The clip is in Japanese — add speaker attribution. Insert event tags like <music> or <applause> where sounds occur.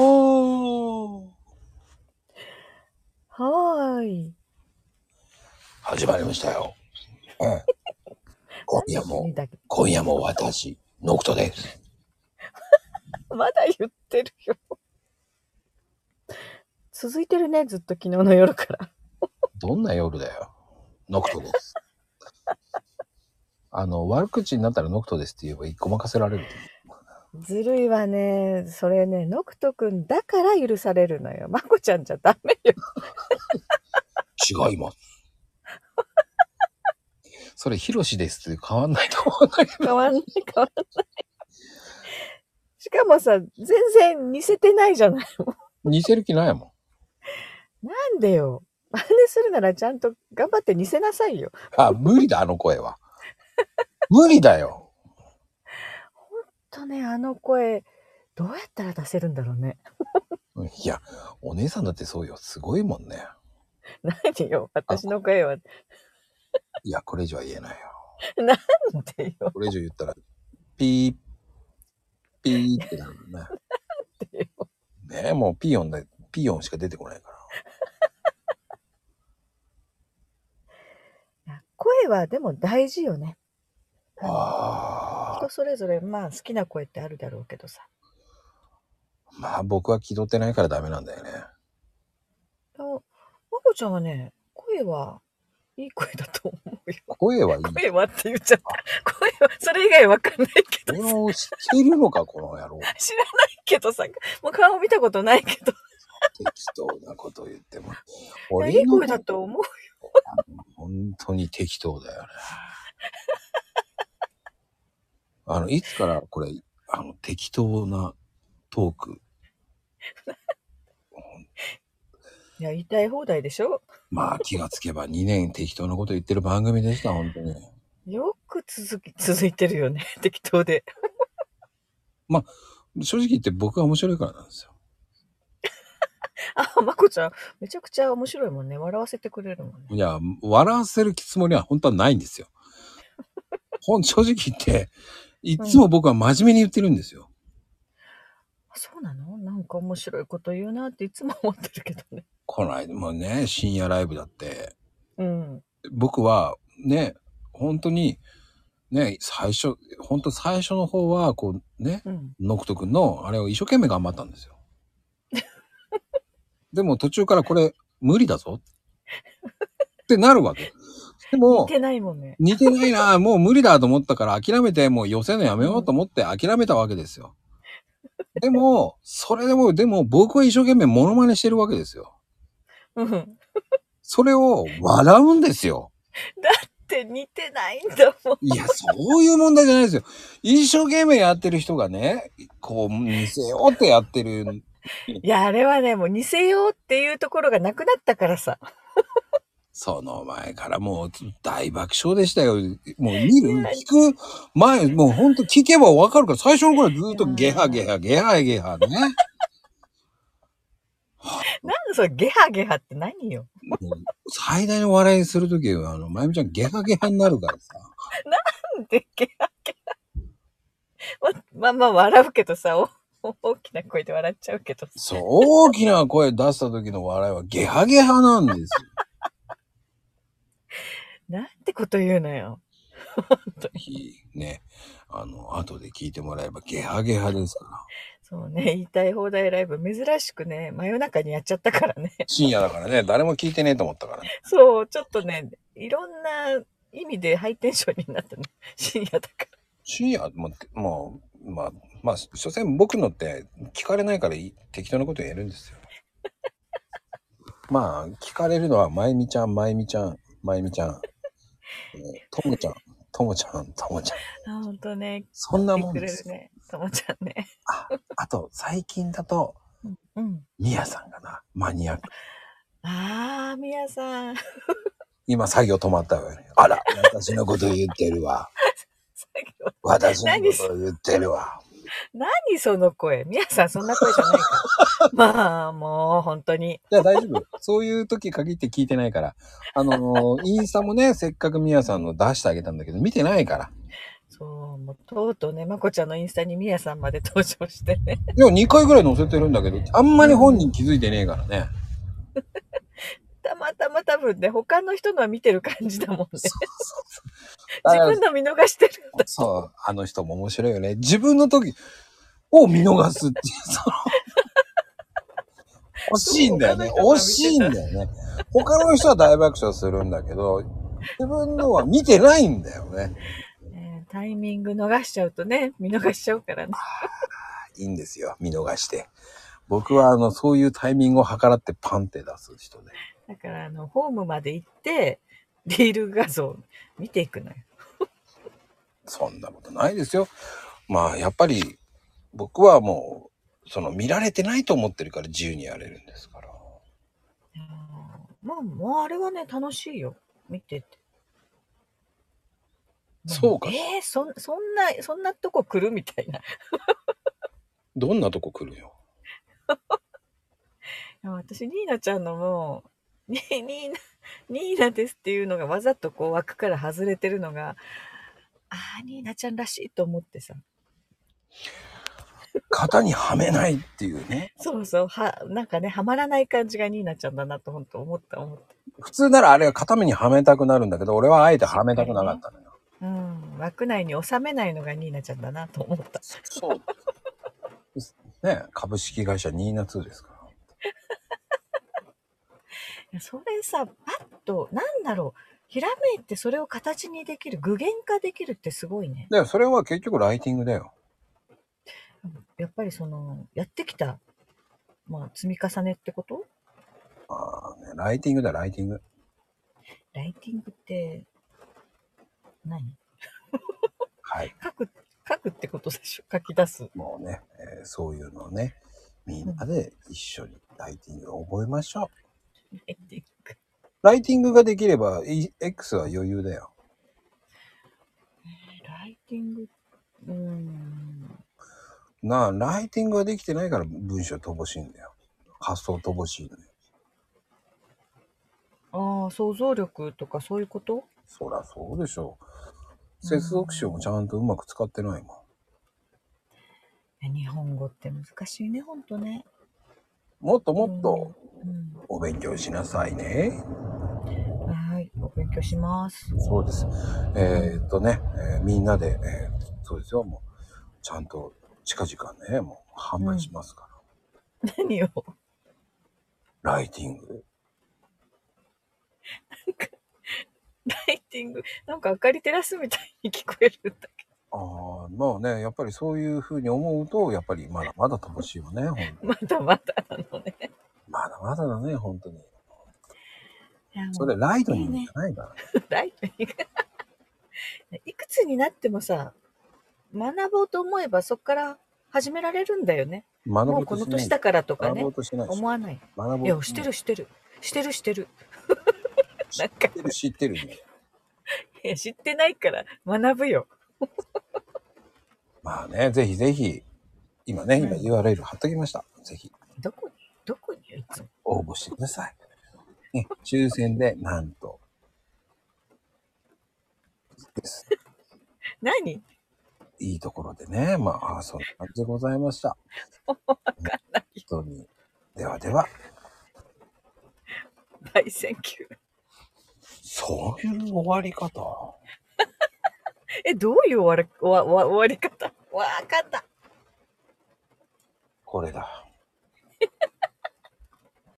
Speaker 1: は
Speaker 2: はーい。
Speaker 1: あ。始まりました <laughs> よ。うん。今夜も、
Speaker 2: だけ
Speaker 1: 今夜も私、ノクトです。
Speaker 2: まだ言ってるよ。続いてるね、ずっと昨日の夜から。
Speaker 1: どんな夜だよ。ノクトです。あの、悪口になったらノクトですって言えばごまかせられる。
Speaker 2: ずるいわね。それね、ノクト君だから許されるのよ。まこちゃんじゃダメよ。
Speaker 1: 違います。 <laughs> それ、ヒロシですって変わんない <laughs> と思うんだけど。
Speaker 2: 変わんない、変わんない。しかもさ、全然似せてないじゃない。
Speaker 1: 似せる気ないもん。
Speaker 2: なんでよ。真似するならちゃんと頑張って似せなさいよ。
Speaker 1: あ、無理だ、あの声は。無理だよ。
Speaker 2: ほんとね、あの声、どうやったら出せるんだろうね。
Speaker 1: いや、お姉さんだってそうよ。すごいもんね。
Speaker 2: 何よ、私の声は。
Speaker 1: いや、これ以上は言えないよ。
Speaker 2: なんでよ。
Speaker 1: これ以上言ったら、ピー、ピーってなるもん
Speaker 2: てよ
Speaker 1: ね。ねえ、もうピー音で、ピー音しか出てこないから。
Speaker 2: いや声はでも大事よね。
Speaker 1: ああ
Speaker 2: 人。それぞれまあ好きな声ってあるだろうけどさ。
Speaker 1: まあ僕は気取ってないからダメなんだよね。
Speaker 2: でも、まこちゃんはね、声はいい声だと思うよ。
Speaker 1: 声はいい。
Speaker 2: 声はって言っちゃった。声は、それ以外わかんないけど
Speaker 1: これ
Speaker 2: さ。
Speaker 1: を知ってるのか、この野郎。
Speaker 2: 知らないけどさ、もう顔見たことないけど。
Speaker 1: 適当なこと言っても。
Speaker 2: いやいい声
Speaker 1: の
Speaker 2: だと思う。
Speaker 1: 本当に適当だよね。あの、いつからこれ、あの、適当なトーク。
Speaker 2: いや、言いたい放題でしょ
Speaker 1: まあ気がつけば2年適当なこと言ってる番組でした、本当に。
Speaker 2: よく続き、続いてるよね。 <laughs> 適当で。
Speaker 1: 正直言って僕が面白いからなんですよ。
Speaker 2: あ、まこちゃん、めちゃくちゃ面白いもんね。笑わせてくれるもんね。
Speaker 1: いや、笑わせるつもりは本当はないんですよ。ほん、正直言って、いつも僕は真面目に言ってるんですよ。
Speaker 2: あそうなのなんか面白いこと言うなっていつも思ってるけどね。
Speaker 1: この間もね、深夜ライブだって、
Speaker 2: うん。
Speaker 1: 僕はね、本当に、ね、最初、本当最初の方は、こうね、
Speaker 2: うん。
Speaker 1: ノクト君のあれを一生懸命頑張ったんですよ。 <laughs> でも途中からこれ無理だぞってなるわけ。で
Speaker 2: 似
Speaker 1: も
Speaker 2: てないもんね。
Speaker 1: 似てないな、もう無理だと思ったから諦めてもう寄せるのやめようと思って諦めたわけですよ。でも、それでも、でも僕は一生懸命モノマネしてるわけですよ。
Speaker 2: うん。
Speaker 1: それを笑うんですよ。
Speaker 2: って似てないんだもん。
Speaker 1: いや、そういう問題じゃないですよ。一生懸命やってる人がね、こう、見せようってやってる
Speaker 2: いや、あれはね、もう似せようっていうところがなくなったからさ。
Speaker 1: その前からもう大爆笑でしたよ。もう見る、聞く前、もうほんと聞けばわかるから、最初の頃はずっとゲハゲハ、ゲハゲハね。
Speaker 2: なんでそれ、ゲハゲハって何よ。
Speaker 1: もう最大の笑いにするときは、あの、まゆみちゃんゲハゲハになるからさ。
Speaker 2: なんでゲハゲハ。ま、まあまあ笑うけどさ、お大きな声で笑っちゃうけどさ。
Speaker 1: そう、大きな声出した時の笑いはゲハゲハなんですよ。
Speaker 2: なんてこと言うのよ。
Speaker 1: ね。あの、後で聞いてもらえばゲハゲハですから。
Speaker 2: そうね、言いたい放題ライブ、珍しくね、真夜中にやっちゃったからね。
Speaker 1: 深夜だからね、誰も聞いてねえと思ったからね。
Speaker 2: そう、ちょっとね、いろんな意味でハイテンションになったね。深夜だから。
Speaker 1: 深夜ももうまあまあ所詮僕のって聞かれないからい適当なこと言えるんですよまあ聞かれるのはまゆみちゃんまゆみちゃんまゆみちゃん、えーともちゃんともちゃんともちゃん
Speaker 2: あ、ほんとね、
Speaker 1: そんな
Speaker 2: 来て
Speaker 1: もん
Speaker 2: く
Speaker 1: で
Speaker 2: れ
Speaker 1: す
Speaker 2: るね。ともちゃんね。
Speaker 1: あと最近だと
Speaker 2: うん。
Speaker 1: みやさんがなマニアック
Speaker 2: あー、みやさん。 <laughs>
Speaker 1: 今作業止まったよねあら私のこと言ってるわ私のこと言ってるわ
Speaker 2: 何その声みやさんそんな声じゃないから。まあ、もう本当に。
Speaker 1: いや、大丈夫。そういう時限って聞いてない <laughs> から。あのーインスタもね、せっかくみやさんの出してあげたんだけど、見てないから。
Speaker 2: そう、もうとうとうね、まこちゃんのインスタにみやさんまで登場してね。 <laughs>
Speaker 1: いや、2回ぐらい載せてるんだけど、あんまり本人気づいてねえからね。
Speaker 2: たまたま多分ね、他の人のは見てる感じだもんね。自
Speaker 1: だから
Speaker 2: 分の見逃してるんだ。
Speaker 1: そう、あの人も面白いよね。自分の時を見逃すっていう、 <laughs> その、惜しいんだよね。
Speaker 2: 他の人が見てた
Speaker 1: 惜しいんだよね。他の人は大爆笑するんだけど、自分のは見てないんだよね。
Speaker 2: ねタイミング逃しちゃうとね、見逃しちゃうからね。
Speaker 1: いいんですよ、見逃して。僕は、あの、そういうタイミングを計らってパンって出す人で。
Speaker 2: だから、あの、ホームまで行って、リール画像見ていくのよ。
Speaker 1: そんなことないですよ。まあ、やっぱり、僕はもう、その、見られてないと思ってるから自由にやれるんですから。
Speaker 2: まあ、もうあれはね、楽しいよ。見てて。
Speaker 1: そうか
Speaker 2: えー、そん、そんな、そんなとこ来るみたいな。
Speaker 1: どんなとこ来るよ。
Speaker 2: いや私、ニーナちゃんのもう、 <laughs> ニニーナ、ニーナですっていうのがわざとこう枠から外れてるのが、ああ、ニーナちゃんらしいと思ってさ。
Speaker 1: 型にはめないっていうね。
Speaker 2: そうそう、は、なんかね、はまらない感じがニーナちゃんだなと本当思った思った。
Speaker 1: 普通ならあれは肩目にはめたくなるんだけど、俺はあえてはめたくなかったのよ。
Speaker 2: うん、枠内に収めないのがニーナちゃんだなと思った。
Speaker 1: そう。ね株式会社272ですから。
Speaker 2: いやそれさ、パッと、なんだろう、ひらめいてそれを形にできる、具現化できるってすごいね。
Speaker 1: だからそれは結局ライティングだよ。
Speaker 2: やっぱりその、やってきた、まあ、積み重ねってこと
Speaker 1: ああね、ライティングだ、ライティング。
Speaker 2: ライティングって何
Speaker 1: はい。
Speaker 2: 書く書くってことでしょ書き出す
Speaker 1: もうね、えーそういうのをね、みんなで一緒にライティングを覚えましょう。
Speaker 2: ライティング
Speaker 1: ライティングができれば、い X は余裕だよ。
Speaker 2: ライティングうーん
Speaker 1: なあ、ライティングができてないから文章乏しいんだよ。発想乏しいのよ。
Speaker 2: ああ想像力とかそういうこと
Speaker 1: そりゃそうでしょう。接続詞もちゃんとうまく使ってないもん。
Speaker 2: ね日本語って難しいねほんとね
Speaker 1: もっともっと
Speaker 2: うん、
Speaker 1: お勉強しなさいね。
Speaker 2: うんはいお勉強します
Speaker 1: そうです。えーっとね、えーみんなで、えーそうですよ、もう、ちゃんと近々ね、もう販売しますから。
Speaker 2: <laughs> 何を
Speaker 1: ライティング。
Speaker 2: ライティングなんか明かり照らすみたいに聞こえるんだ
Speaker 1: ああ、まあね、やっぱりそういうふうに思うと、やっぱりまだまだ乏しいよね、ほん
Speaker 2: けどまだまだなのね
Speaker 1: まだまだだね、本当に。
Speaker 2: いやもう
Speaker 1: それライトニングじゃないから。
Speaker 2: ライトニングいくつになってもさ、学ぼうと思えばそこから始められるんだよね。
Speaker 1: 学
Speaker 2: も
Speaker 1: ぼう
Speaker 2: うことの
Speaker 1: しない
Speaker 2: 年だからとか
Speaker 1: 学ぼ
Speaker 2: ね
Speaker 1: う、としないし。
Speaker 2: 思わない。
Speaker 1: 学ぼう
Speaker 2: いや、して
Speaker 1: る。
Speaker 2: るしてる。してるしてる。なんか、
Speaker 1: 知ってるね。
Speaker 2: いや知ってないから学ぶよ。
Speaker 1: まあね、ぜひぜひ、今ね、今
Speaker 2: うん
Speaker 1: URL 貼っときました。ぜひ
Speaker 2: どこにどこにいつも。
Speaker 1: 応募してください。ね、抽選で、なんと。です。
Speaker 2: 何
Speaker 1: いいところでね、まあ、ああそんな感じでございま <laughs> した。本当に。ではでは、
Speaker 2: 大選球。
Speaker 1: そういう終わり方。
Speaker 2: え、どういう終わり終わ終わ終わり方わかった。
Speaker 1: これだ。